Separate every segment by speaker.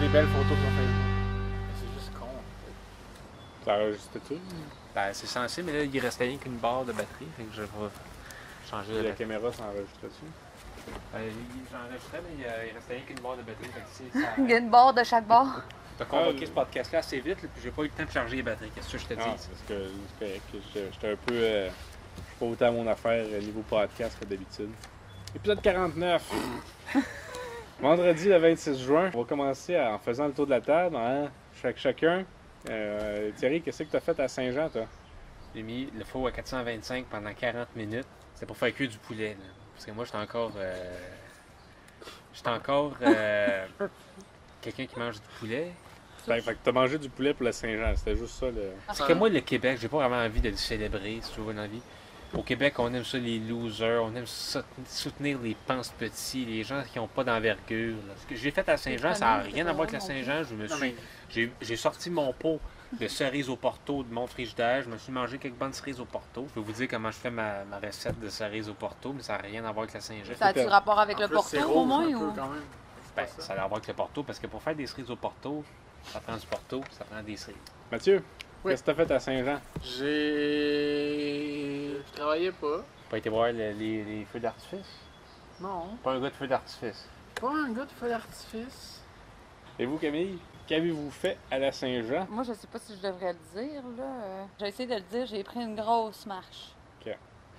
Speaker 1: des belles photos sur Facebook. Mais c'est juste con.
Speaker 2: Ça enregistre tout.
Speaker 3: Ben, c'est censé, mais là, il restait rien qu'une barre de batterie, fait que je vais changer de
Speaker 2: La
Speaker 3: batterie.
Speaker 2: caméra s'enregistre-tu?
Speaker 3: Ben, il- J'enregistrais, mais il, euh, il restait rien qu'une barre de batterie, fait que
Speaker 4: Il
Speaker 3: c'est
Speaker 4: y a une barre de chaque bord.
Speaker 3: T'as convoqué ce podcast-là assez vite, là, puis j'ai pas eu le temps de charger les batteries. Qu'est-ce que je te dis?
Speaker 2: Ah, parce que c'est correct. J'étais- J'étais un peu. euh, je suis pas autant à mon affaire euh, niveau podcast que d'habitude. Épisode 49. Vendredi le 26 juin, on va commencer à- en faisant le tour de la table. hein, chaque, chacun. Euh, Thierry, qu'est-ce que t'as fait à Saint-Jean, toi?
Speaker 3: J'ai mis le four à 425 pendant 40 minutes. C'était pour faire cuire du poulet. là. Parce que moi, j'étais encore. euh, J'étais encore. euh, Quelqu'un qui mange du poulet.
Speaker 2: Ben, Fait, fait que t'as mangé du poulet pour la Saint-Jean. C'était juste ça. Le...
Speaker 3: Parce que moi, le Québec, j'ai pas vraiment envie de le célébrer, si tu veux, dans la vie. Au Québec, on aime ça les losers, on aime ça- soutenir les penses petits, les gens qui n'ont pas d'envergure. là. Ce que j'ai fait à Saint-Jean, ça n'a
Speaker 4: prenant,
Speaker 3: rien à
Speaker 4: c'est
Speaker 3: voir avec
Speaker 4: pas
Speaker 3: la
Speaker 4: bon non plus.
Speaker 3: Saint-Jean. Je me
Speaker 1: Non,
Speaker 3: suis
Speaker 1: mais-
Speaker 3: J'ai j'ai sorti mon pot de cerises au porto de mon frigidaire. Je me suis mangé quelques bonnes cerises au porto. Je vais vous dire comment je fais ma, ma recette de cerises au porto, mais ça n'a rien à voir avec la Saint-Jean.
Speaker 4: Ça a-tu rapport avec
Speaker 1: En
Speaker 4: le
Speaker 1: plus, c'est
Speaker 4: porto
Speaker 1: rouge
Speaker 4: au moins
Speaker 1: un peu,
Speaker 4: ou.
Speaker 1: quand même.
Speaker 3: Ben, ça a
Speaker 4: hein.
Speaker 3: à voir avec le porto, parce que pour faire des cerises au porto, ça prend du porto, ça prend des cerises.
Speaker 2: Mathieu,
Speaker 1: Oui.
Speaker 2: qu'est-ce que t'as fait à Saint-Jean?
Speaker 1: J'ai. Je travaillais pas.
Speaker 3: Pas été voir le- les, les feux d'artifice?
Speaker 1: Non.
Speaker 3: Pas un gars de feux d'artifice.
Speaker 1: Pas un gars de feu d'artifice.
Speaker 2: Et vous, Camille, qu'avez-vous fait à la Saint-Jean?
Speaker 4: Moi, je sais pas si je devrais le dire, là. Euh, J'ai essayé de le dire, j'ai pris une grosse marche.
Speaker 2: OK.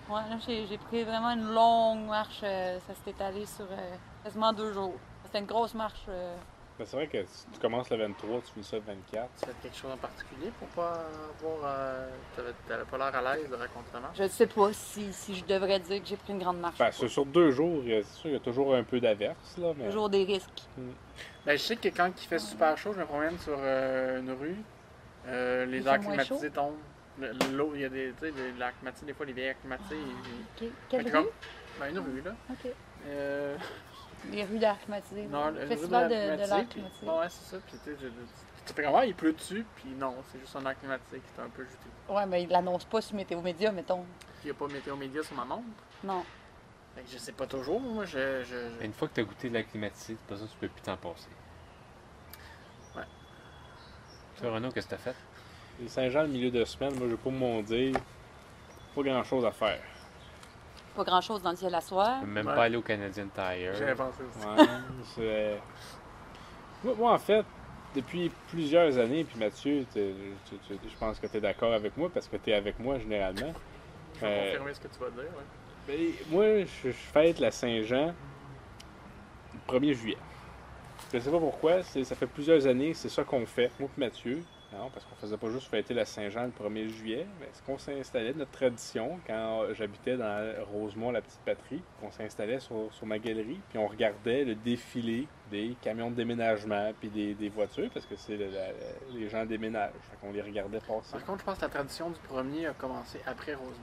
Speaker 4: Ouais, là, j'ai j'ai pris vraiment une longue marche. euh, ça s'est étalé sur euh, quasiment deux jours. C'était une grosse marche. euh,
Speaker 2: Ben, c'est vrai que si tu commences le 23, tu finis ça le 24.
Speaker 1: Tu fais quelque chose en particulier pour pas avoir. euh, t'avais- T'avais pas l'air à l'aise de raconter la marche.
Speaker 4: je sais pas si, si je devrais dire que j'ai pris une grande marche.
Speaker 2: Ben, c'est sur deux jours, euh, c'est sûr qu'il y a toujours un peu d'averse, là, mais...
Speaker 4: Toujours des risques.
Speaker 1: Ben, je sais que quand il fait super chaud, je me promène sur euh, une rue, euh, les
Speaker 4: Il
Speaker 1: airs
Speaker 4: fait moins
Speaker 1: climatisés tombent. Le- L'eau, il y a des. Tu sais, les- l'air climatisé, des fois, les vieilles airs climatisés. ils-
Speaker 4: Quelle
Speaker 1: Fait que comme- Ben, une rue, là.
Speaker 4: OK.
Speaker 1: Euh,
Speaker 4: Les rues d'air climatisé.
Speaker 1: non, le
Speaker 4: Festival de, de l'air climatisé.
Speaker 1: climatisé. Ouais, c'est ça. Puis, tu sais, je- je- tu fais comment il pleut dessus, puis non, c'est juste un air climatisé qui est un peu jeté.
Speaker 4: Ouais, mais il l'annonce pas sur Météo Média, mettons.
Speaker 1: Il n'y a pas météo média sur ma montre.
Speaker 4: Non.
Speaker 1: Fait que je sais pas toujours, moi. Je, je, je-
Speaker 3: Une fois que tu as goûté de la climatisée, c'est pas ça, tu peux plus t'en passer.
Speaker 1: Ouais.
Speaker 3: Toi, Renaud, qu'est-ce que t'as fait?
Speaker 2: Les Saint-Jean, le milieu de semaine, moi, j'ai pas mon dire. Pas grand-chose à faire.
Speaker 4: Pas grand chose dans le ciel à soir.
Speaker 3: Tu peux même
Speaker 1: Ouais.
Speaker 3: pas aller au Canadian
Speaker 1: J'avais
Speaker 3: Tire.
Speaker 1: pensé aussi.
Speaker 2: Ouais, c'est- moi, moi, en fait, depuis plusieurs années, puis Mathieu, t'es- tu- tu- je pense que tu es d'accord avec moi, parce que tu es avec moi, généralement.
Speaker 1: Je vais
Speaker 2: Euh,
Speaker 1: confirmer ce que tu vas dire, ouais.
Speaker 2: Ben, moi, je, je fête la Saint-Jean le 1er juillet. Je sais pas pourquoi, c'est- ça fait plusieurs années que c'est ça qu'on fait, moi et Mathieu. Non, parce qu'on faisait pas juste fêter la Saint-Jean le 1er juillet, mais ce qu'on s'installait, notre tradition, quand j'habitais dans Rosemont, la petite patrie, on s'installait sur, sur ma galerie, puis on regardait le défilé des camions de déménagement, puis des, des voitures, parce que c'est le- la- la- les gens déménagent, donc on les regardait passer.
Speaker 1: Par contre, je pense que la tradition du premier a commencé après Rosemont.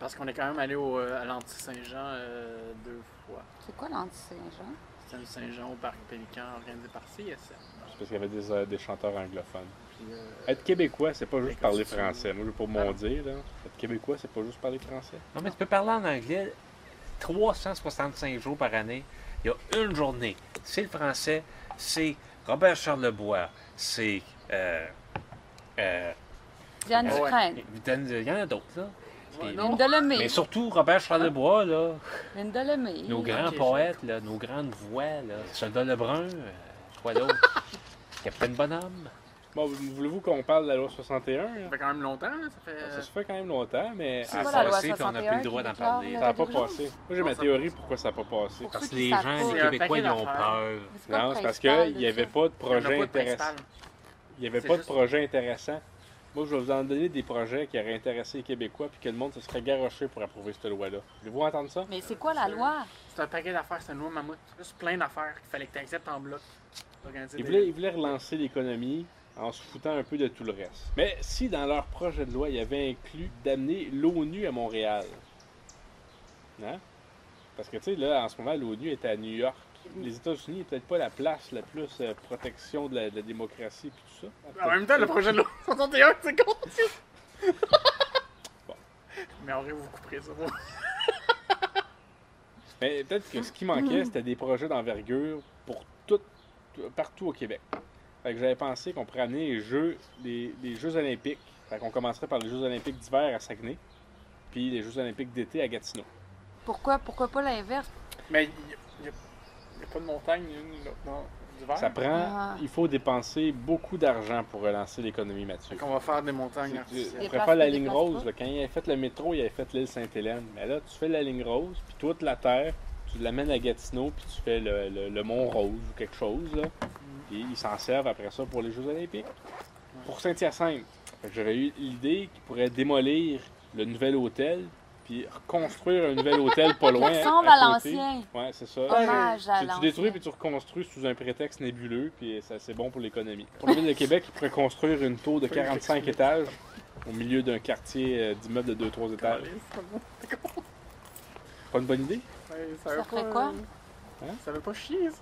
Speaker 1: Parce qu'on est quand même allé au, euh, à l'Anti-Saint-Jean euh, deux fois.
Speaker 4: C'est quoi hein? l'anti-Saint-Jean?
Speaker 1: C'était le Saint-Jean au Parc Pélican organisé par CSM.
Speaker 2: C'est parce qu'il y avait des, euh, des chanteurs anglophones.
Speaker 1: Puis, euh,
Speaker 2: Être québécois, c'est pas juste
Speaker 1: Mais
Speaker 2: parler
Speaker 1: qu'est-ce que tu-
Speaker 2: français. Moi, je vais pas m'en
Speaker 1: Ah non.
Speaker 2: dire, là. Être québécois, c'est pas juste parler français.
Speaker 3: Non, mais tu peux parler en anglais 365 jours par année. Il y a une journée. C'est le français, c'est Robert Charlebois, c'est. Euh, euh,
Speaker 4: Diane
Speaker 1: Ah ouais.
Speaker 4: Dufresne.
Speaker 3: il y en a d'autres, là.
Speaker 1: ouais,
Speaker 3: Puis-
Speaker 1: non,
Speaker 4: Linda Lemay.
Speaker 3: Mais surtout Robert Charlebois, là.
Speaker 4: Linda Lemay.
Speaker 3: Nos grands
Speaker 1: j'ai-
Speaker 3: poètes, là, nos grandes voix, là. Soldat Lebrun, euh, quoi d'autre? Capitaine Bonhomme.
Speaker 2: Bon, vous- voulez-vous qu'on parle de la loi 61? là?
Speaker 1: ça fait quand même longtemps, là, ça fait...
Speaker 2: Ça se fait quand même longtemps, mais
Speaker 3: C'est
Speaker 2: ça
Speaker 4: C'est quoi
Speaker 3: Ah,
Speaker 4: la loi
Speaker 3: c'est, puis on n'a plus le
Speaker 4: 61
Speaker 3: droit
Speaker 4: qui
Speaker 3: d'en
Speaker 4: déclare
Speaker 3: parler.
Speaker 4: le
Speaker 2: n'a pas
Speaker 4: droit d'urgence?
Speaker 2: passé. Moi, j'ai
Speaker 1: Non,
Speaker 2: ma
Speaker 1: ça
Speaker 2: théorie pourquoi ça n'a pas passé.
Speaker 4: Pour
Speaker 3: Parce
Speaker 4: ceux
Speaker 3: que
Speaker 4: qui
Speaker 3: les
Speaker 4: savent
Speaker 3: gens,
Speaker 4: pas.
Speaker 3: les
Speaker 1: un
Speaker 3: Québécois, ils
Speaker 1: paquet
Speaker 3: ont
Speaker 1: d'affaires.
Speaker 3: peur.
Speaker 4: Mais c'est quoi le
Speaker 2: Non, c'est parce
Speaker 4: principal
Speaker 2: qu'il n'y
Speaker 4: de
Speaker 2: avait
Speaker 4: ça?
Speaker 2: pas de
Speaker 1: Il y en a
Speaker 2: projet
Speaker 1: pas de
Speaker 2: intéressant.
Speaker 1: principal.
Speaker 2: Il n'y avait
Speaker 1: C'est
Speaker 2: pas de
Speaker 1: juste-
Speaker 2: projet intéressant. Moi, je vais vous en donner des projets qui auraient intéressé les Québécois, puis que le monde se serait garoché pour approuver cette loi-là. Voulez-vous entendre ça?
Speaker 4: Mais c'est quoi la loi?
Speaker 1: C'est un paquet d'affaires, c'est un loi mammoth. Juste plein d'affaires qu'il fallait que tu acceptes en bloc. Organiser
Speaker 2: Ils
Speaker 1: des-
Speaker 2: voulaient, ils voulaient relancer l'économie en se foutant un peu de tout le reste. Mais si dans leur projet de loi, il y avait inclus d'amener l'ONU à Montréal, hein? Parce que, tu sais, là, en ce moment, l'ONU est à New York. Les États-Unis n'est peut-être pas la place la plus euh, protection de la, de la démocratie et tout ça.
Speaker 1: En même temps, le projet de loi 61, c'est con, tu-
Speaker 2: Bon.
Speaker 1: Mais on aurait vous couperez ça. vous.
Speaker 2: Mais peut-être que ce qui manquait, c'était des projets d'envergure pour tout, tout- partout au Québec. Fait que j'avais pensé qu'on pourrait amener les Jeux, les, les jeux Olympiques. Fait qu'on commencerait par les Jeux Olympiques d'hiver à Saguenay, puis les Jeux Olympiques d'été à Gatineau.
Speaker 4: Pourquoi, pourquoi pas l'inverse?
Speaker 1: Mais il n'y a, y a pas de montagne, une ni l'autre, non, d'hiver.
Speaker 2: Ça prend,
Speaker 4: Ah.
Speaker 2: il faut dépenser beaucoup d'argent pour relancer l'économie, Mathieu.
Speaker 1: Fait qu'on va faire des montagnes
Speaker 2: On
Speaker 1: artificielles.
Speaker 4: Des
Speaker 2: préfère
Speaker 4: places
Speaker 2: la
Speaker 4: qui
Speaker 2: ligne
Speaker 4: dépassent
Speaker 2: rose.
Speaker 4: pas.
Speaker 2: là. Quand il avait fait le métro, il avait fait l'île Sainte-Hélène. Mais là, tu fais la ligne rose, puis toute la terre, tu l'amènes à Gatineau, puis tu fais le, le- le mont rose ou quelque chose. Là. Puis ils s'en servent après ça pour les Jeux Olympiques. Pour Saint-Hyacinthe, fait que j'aurais eu l'idée qu'ils pourraient démolir le nouvel hôtel, puis reconstruire un nouvel hôtel pas loin.
Speaker 4: Qui
Speaker 2: hein,
Speaker 4: ressemble à
Speaker 2: à côté.
Speaker 4: l'ancien. Ah,
Speaker 2: Ouais, c'est ça.
Speaker 4: Hommage à
Speaker 2: Tu,
Speaker 4: l'ancien.
Speaker 2: tu détruis puis tu reconstruis sous un prétexte nébuleux, puis ça c'est bon pour l'économie. Pour la ville de Québec, il pourrait construire une tour de 45 étages au milieu d'un quartier euh, d'immeubles de 2-3 étages. Pas une bonne idée?
Speaker 1: Ben,
Speaker 4: Ça ferait quoi?
Speaker 2: Hein?
Speaker 1: euh, Ça veut pas chier, ça.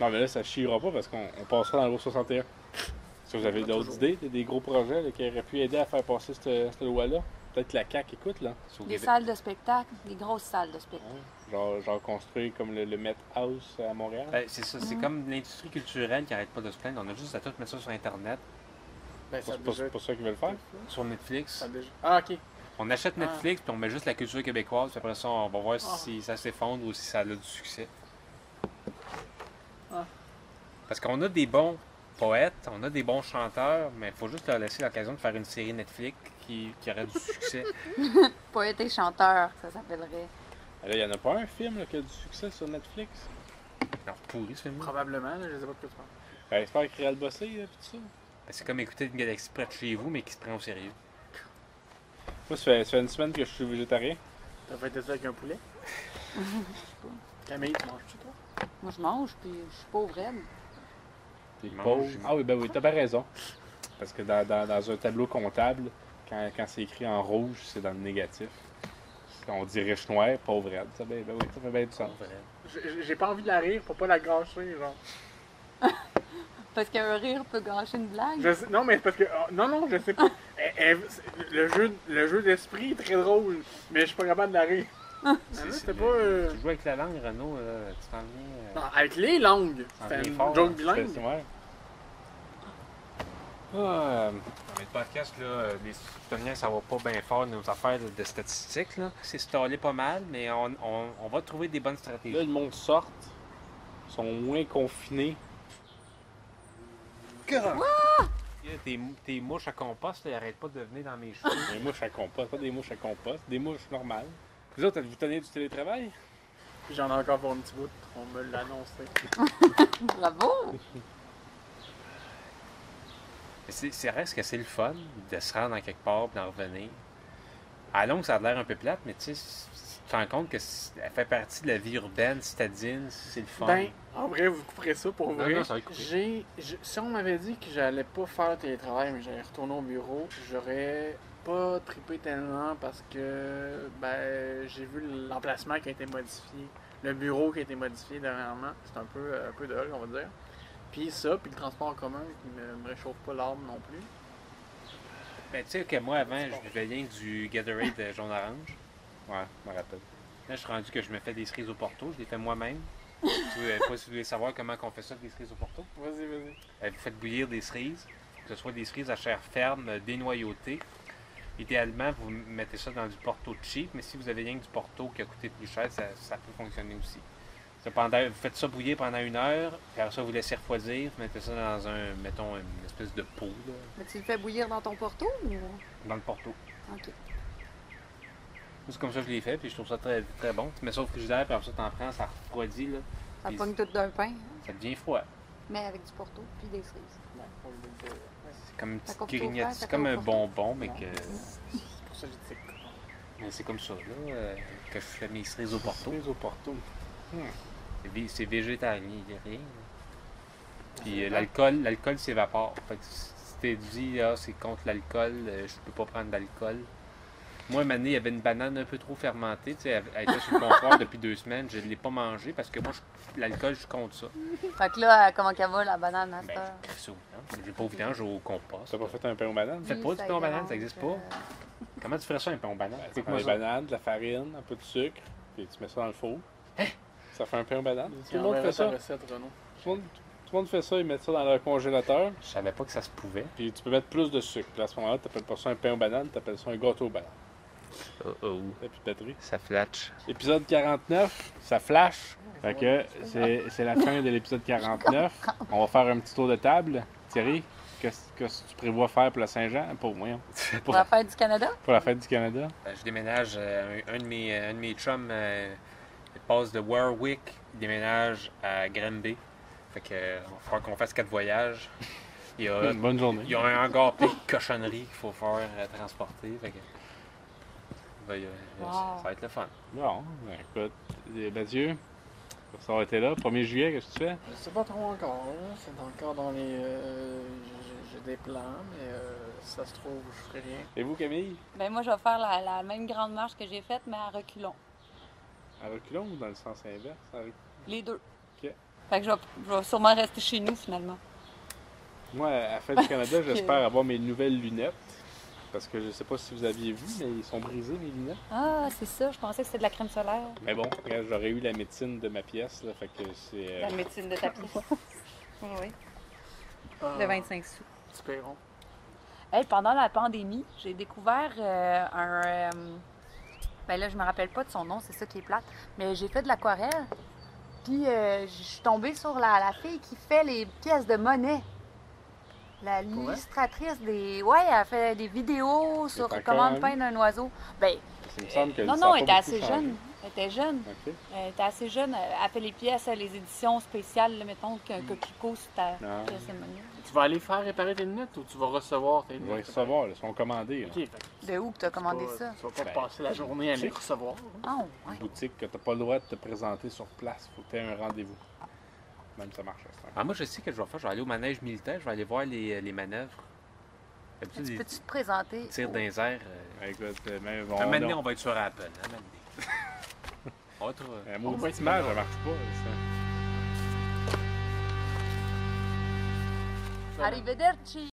Speaker 2: Non, mais là, ça chiera pas parce qu'on on passera dans la loi 61. Est-ce que vous avez
Speaker 1: Pas
Speaker 2: d'autres
Speaker 1: toujours.
Speaker 2: idées, des- des gros projets là, qui auraient pu aider à faire passer cette, cette loi-là? Peut-être que la CAQ écoute, là.
Speaker 3: C'est au
Speaker 4: Des
Speaker 3: Québec.
Speaker 4: salles de spectacle, des grosses salles de spectacle.
Speaker 2: Genre, genre construire comme le, le Met House à Montréal.
Speaker 3: Ben, c'est ça, c'est
Speaker 4: Mhm.
Speaker 3: comme l'industrie culturelle qui arrête pas de se plaindre. On a juste à tout mettre ça sur Internet,
Speaker 1: Ben,
Speaker 2: C'est
Speaker 1: ça a
Speaker 2: pas,
Speaker 1: déjà
Speaker 2: c'est
Speaker 1: été
Speaker 2: pas ça qu'ils veulent faire.
Speaker 1: fait.
Speaker 3: sur Netflix.
Speaker 1: Ça a déjà- Ah, ok.
Speaker 3: On achète
Speaker 1: Ah.
Speaker 3: Netflix, puis on met juste la culture québécoise, puis après ça, on va voir
Speaker 1: Ah.
Speaker 3: si ça s'effondre ou si ça a du succès.
Speaker 1: Ah.
Speaker 3: Parce qu'on a des bons poètes, on a des bons chanteurs, mais il faut juste leur laisser l'occasion de faire une série Netflix qui, qui aurait du succès.
Speaker 4: Poète et chanteur, ça s'appellerait.
Speaker 2: Eh, Là, il y en a pas un film là, qui a du succès sur Netflix?
Speaker 3: Alors, pourri ce film
Speaker 1: Probablement, là, je sais pas de quoi tu parles.
Speaker 2: Ben, j'espère qu'il réel bossé, là, pis euh, tout ça. Moi,
Speaker 3: C'est comme écouter une galaxie près de chez vous, mais qui se prend au sérieux.
Speaker 2: ça fait, ça fait une semaine que je suis végétarien.
Speaker 1: T'as fait ça avec un poulet? Camille, tu manges-tu, toi?
Speaker 4: Moi, je mange, puis je suis pauvre. elle.
Speaker 2: T'es
Speaker 3: mange,
Speaker 2: pauvre.
Speaker 3: j'imagine.
Speaker 2: Ah oui, ben oui, t'as bien raison. Parce que dans, dans- dans un tableau comptable, quand, quand c'est écrit en rouge, c'est dans le négatif. On dit riche noir, pauvre raide. Ça, ben, ben oui, ça fait bien du
Speaker 3: Ah,
Speaker 2: sens.
Speaker 1: J'ai j'ai pas envie de la rire pour pas la gâcher, genre.
Speaker 4: Parce qu'un rire peut gâcher une blague.
Speaker 1: Je sais- non, mais c'est parce que. ah, non, non, je sais pas. Elle- elle- c'est- le jeu, le jeu d'esprit est très drôle, mais je suis pas capable de la rire. Ah non, c'était pas. euh,
Speaker 3: Tu joues avec la langue, Renaud, là, tu t'en viens. euh,
Speaker 1: non, avec les langues.
Speaker 3: Ah,
Speaker 1: C'était
Speaker 3: bien
Speaker 1: une
Speaker 3: fort,
Speaker 1: joke
Speaker 2: C'est-
Speaker 1: bilingue.
Speaker 2: c'est- ouais. Ah,
Speaker 3: Mais le podcast, là, euh, les citoyens, ça va pas bien fort, nos affaires de, de statistiques. Là. C'est stallé pas mal, mais on, on- on va trouver des bonnes
Speaker 2: là,
Speaker 3: stratégies.
Speaker 2: le monde sort. Ils sont moins confinés.
Speaker 3: Tes, mou- tes mouches à compost, là, ils arrêtent pas de venir dans mes cheveux.
Speaker 2: Des mouches à compost, pas des mouches à compost, des mouches normales. Vous autres, vous tenez du télétravail?
Speaker 1: Puis J'en ai encore pour un petit bout, on me l'a annoncé.
Speaker 4: Bravo!
Speaker 3: Mais c'est, c'est reste que c'est le fun de se rendre en quelque part puis d'en revenir. À long, ça a l'air un peu plate, mais tu sais, c- tu te rends compte que c- elle fait partie de la vie urbaine, citadine, c'est le fun.
Speaker 1: Ben, en vrai, vous couperez ça pour
Speaker 3: Non,
Speaker 1: vrai.
Speaker 3: non, ça va être coupé.
Speaker 1: J'ai, je- si on m'avait dit que j'allais pas faire le télétravail, mais j'allais retourner au bureau, j'aurais pas trippé tellement parce que ben j'ai vu l'emplacement qui a été modifié, le bureau qui a été modifié dernièrement. C'est un peu un peu de hug, on va dire. Puis ça, puis le transport en commun qui me, me réchauffe pas l'arbre non plus.
Speaker 3: Ben, tu sais que moi, avant, je buvais bien du Gatorade euh, jaune orange.
Speaker 2: Ouais, je me rappelle.
Speaker 3: Là, je suis rendu que je me fais des cerises au porto, je les fais moi-même. tu veux, euh, pas si vous voulez savoir comment on fait ça, des cerises au porto.
Speaker 1: Vas-y, vas-y.
Speaker 3: Euh, vous faites bouillir des cerises, que ce soit des cerises à chair ferme, euh, dénoyautées. Idéalement, vous m- mettez ça dans du porto cheap, mais si vous avez rien que du porto qui a coûté plus cher, ça, ça peut fonctionner aussi. Ça, pendant- vous faites ça bouillir pendant une heure, puis après ça, vous laissez refroidir, vous mettez ça dans un, mettons, une espèce de pot, là,
Speaker 4: Mais tu le fais bouillir dans ton porto ou...
Speaker 3: dans le porto.
Speaker 4: Ok.
Speaker 3: C'est comme ça que je l'ai fait, puis je trouve ça très, très bon. Tu mets ça au frigidaire, ah, puis après ça, t'en prends, ça refroidit, là,
Speaker 4: Ça
Speaker 3: Puis-
Speaker 4: pogne tout d'un pain, hein,
Speaker 3: ça devient froid.
Speaker 4: mais avec du porto puis des cerises.
Speaker 1: Ouais, on le dit, ouais,
Speaker 3: C'est comme une
Speaker 4: Ça
Speaker 3: petite
Speaker 4: coupe tout
Speaker 3: grignotine,
Speaker 4: ouvert, ça
Speaker 3: c'est comme
Speaker 4: coupe
Speaker 3: un
Speaker 4: partout.
Speaker 3: bonbon, mais que
Speaker 1: c'est pour ça que j'ai dit c'est con.
Speaker 3: mais c'est comme ça, là, euh, que je fais mes cerises au porto.
Speaker 2: Les au porto.
Speaker 3: C'est vé- C'est végétarien, il n'y a rien. là. Puis euh, l'alcool, l'alcool s'évapore. Fait que si t'es dit, ah, c'est contre l'alcool, euh, je peux pas prendre d'alcool. Moi, Mané, il y avait une banane un peu trop fermentée. tu sais, Elle, elle était sur le comptoir depuis deux semaines. Je ne l'ai pas mangée parce que moi, je- l'alcool, je compte ça.
Speaker 4: Fait que là, euh, comment qu'elle va, la banane, hein, à
Speaker 3: Ben,
Speaker 4: cette heure?
Speaker 3: je crie ça au vidange. J'ai pas au vidange, j'ai au compost.
Speaker 2: T'as pas fait un pain aux bananes?
Speaker 3: fais
Speaker 4: Oui,
Speaker 3: pas du pain aux bananes,
Speaker 4: écrase,
Speaker 3: ça existe
Speaker 4: euh,
Speaker 3: Comment tu ferais ça, un pain aux bananes?
Speaker 2: Ben, tu prends
Speaker 3: Explique-moi
Speaker 2: des
Speaker 3: ça.
Speaker 2: bananes, de la farine, un peu de sucre, puis tu mets ça dans le four. Ça fait un pain aux bananes. Tout
Speaker 1: Tu
Speaker 2: le monde
Speaker 1: enverras
Speaker 2: fait
Speaker 1: ta
Speaker 2: ça.
Speaker 1: recette, Renaud.
Speaker 2: Tout le monde, Tout le monde fait ça, ils mettent ça dans leur congélateur.
Speaker 3: Je savais pas que ça se pouvait.
Speaker 2: Puis tu peux mettre plus de sucre. Puis à ce moment-là, t'appelles pas ça un pain aux bananes, t'appelles ça un gâteau aux bananes.
Speaker 3: Oh oh.
Speaker 2: T'as plus de batterie.
Speaker 3: Ça flatche.
Speaker 2: Épisode 49, ça flash. Fait que c'est c'est la fin de l'épisode 49. On va faire un petit tour de table. Thierry, qu'est-ce qu'est-ce que tu prévois faire pour la Saint-Jean? Pour, voyons,
Speaker 4: Pour
Speaker 2: pour,
Speaker 4: la fête du Canada?
Speaker 2: pour la fête du Canada?
Speaker 3: Euh, Je déménage, euh, un, un de mes, euh, un de mes chums euh, il passe de Warwick, il déménage à Granby. Fait que, euh, il va falloir qu'on fasse quatre voyages. Il y a,
Speaker 2: Bonne journée.
Speaker 3: il y a un hangar plein de cochonneries qu'il faut faire euh, transporter. Fait que, ben, il va y-
Speaker 4: Wow.
Speaker 3: ça va être le fun.
Speaker 2: Bon, ben, écoute, eh, Mathieu, ça aurait été là. 1er juillet, qu'est-ce que tu fais?
Speaker 1: Je sais pas trop encore. là. C'est encore dans les. euh, j'ai- J'ai des plans, mais euh, si ça se trouve, je ferai rien.
Speaker 2: Et vous, Camille?
Speaker 4: Ben moi, je vais faire la, la même grande marche que j'ai faite, mais à reculons.
Speaker 2: En reculons ou dans le sens inverse? En reculons?
Speaker 4: Les deux.
Speaker 2: Ok.
Speaker 4: Fait que je vais, je vais sûrement rester chez nous, finalement.
Speaker 2: Moi, à la Fête du Canada, j'espère avoir mes nouvelles lunettes. Parce que je sais pas si vous aviez vu, mais ils sont brisés, mes lunettes.
Speaker 4: Ah, c'est ça. Je pensais que c'était de la crème solaire.
Speaker 2: Mais bon, regarde, j'aurais eu la médecine de ma pièce, là, fait que c'est... euh,
Speaker 4: La médecine de ta pièce. oui,
Speaker 1: Ah,
Speaker 4: de 25 sous.
Speaker 1: petit perron.
Speaker 4: Hey, pendant la pandémie, j'ai découvert euh, un. euh, ben là, je me rappelle pas de son nom, c'est ça qui est plate. Mais j'ai fait de l'aquarelle. Puis euh, je suis tombée sur la, la fille qui fait les pièces de monnaie. La
Speaker 1: vrai?
Speaker 4: l'illustratrice des. Ouais, elle fait des vidéos sur
Speaker 2: pas
Speaker 4: comment
Speaker 2: encore
Speaker 4: peindre un oiseau. Ben,
Speaker 2: il me semble que
Speaker 4: non,
Speaker 2: ça a
Speaker 4: non,
Speaker 2: pas
Speaker 4: elle était
Speaker 2: beaucoup
Speaker 4: assez
Speaker 2: changé.
Speaker 4: jeune. Elle était jeune.
Speaker 2: OK.
Speaker 4: Elle était assez jeune. Elle fait les pièces, les éditions spéciales, là, mettons, qu'un
Speaker 2: Hmm.
Speaker 4: coquelicot sur ta
Speaker 2: Ah.
Speaker 4: pièce de monnaie.
Speaker 1: Tu vas aller faire réparer tes lunettes ou tu vas recevoir tes
Speaker 2: Ils vont les
Speaker 1: lunettes?
Speaker 2: recevoir, là, ils sont commandés. là.
Speaker 1: Ok, fait que tu
Speaker 4: De où que t'as commandé
Speaker 1: vas-
Speaker 4: ça?
Speaker 1: Tu vas pas
Speaker 2: Ben,
Speaker 1: passer la journée à les
Speaker 2: c'est-
Speaker 1: recevoir. hein.
Speaker 4: Ah, ouais.
Speaker 2: Une boutique que t'as pas le droit de te présenter sur place, faut que t'aies un rendez-vous. Même ça marche, ça.
Speaker 3: Ah, moi, je sais que je vais faire. Je vais aller au manège militaire, je vais aller voir les, les manœuvres. D'habitude,
Speaker 4: Tu
Speaker 3: ils
Speaker 4: peux-tu te présenter?
Speaker 3: tirent dans les airs. euh.
Speaker 2: Ben, Écoute, euh, mais bon,
Speaker 3: Un moment donné,
Speaker 2: non.
Speaker 3: on va être sur Apple. hein, un moment donné. On va trouver.
Speaker 2: La
Speaker 1: On va
Speaker 2: maudite
Speaker 1: être
Speaker 2: image,
Speaker 1: malade.
Speaker 2: elle marche pas. ça.
Speaker 4: Arrivederci!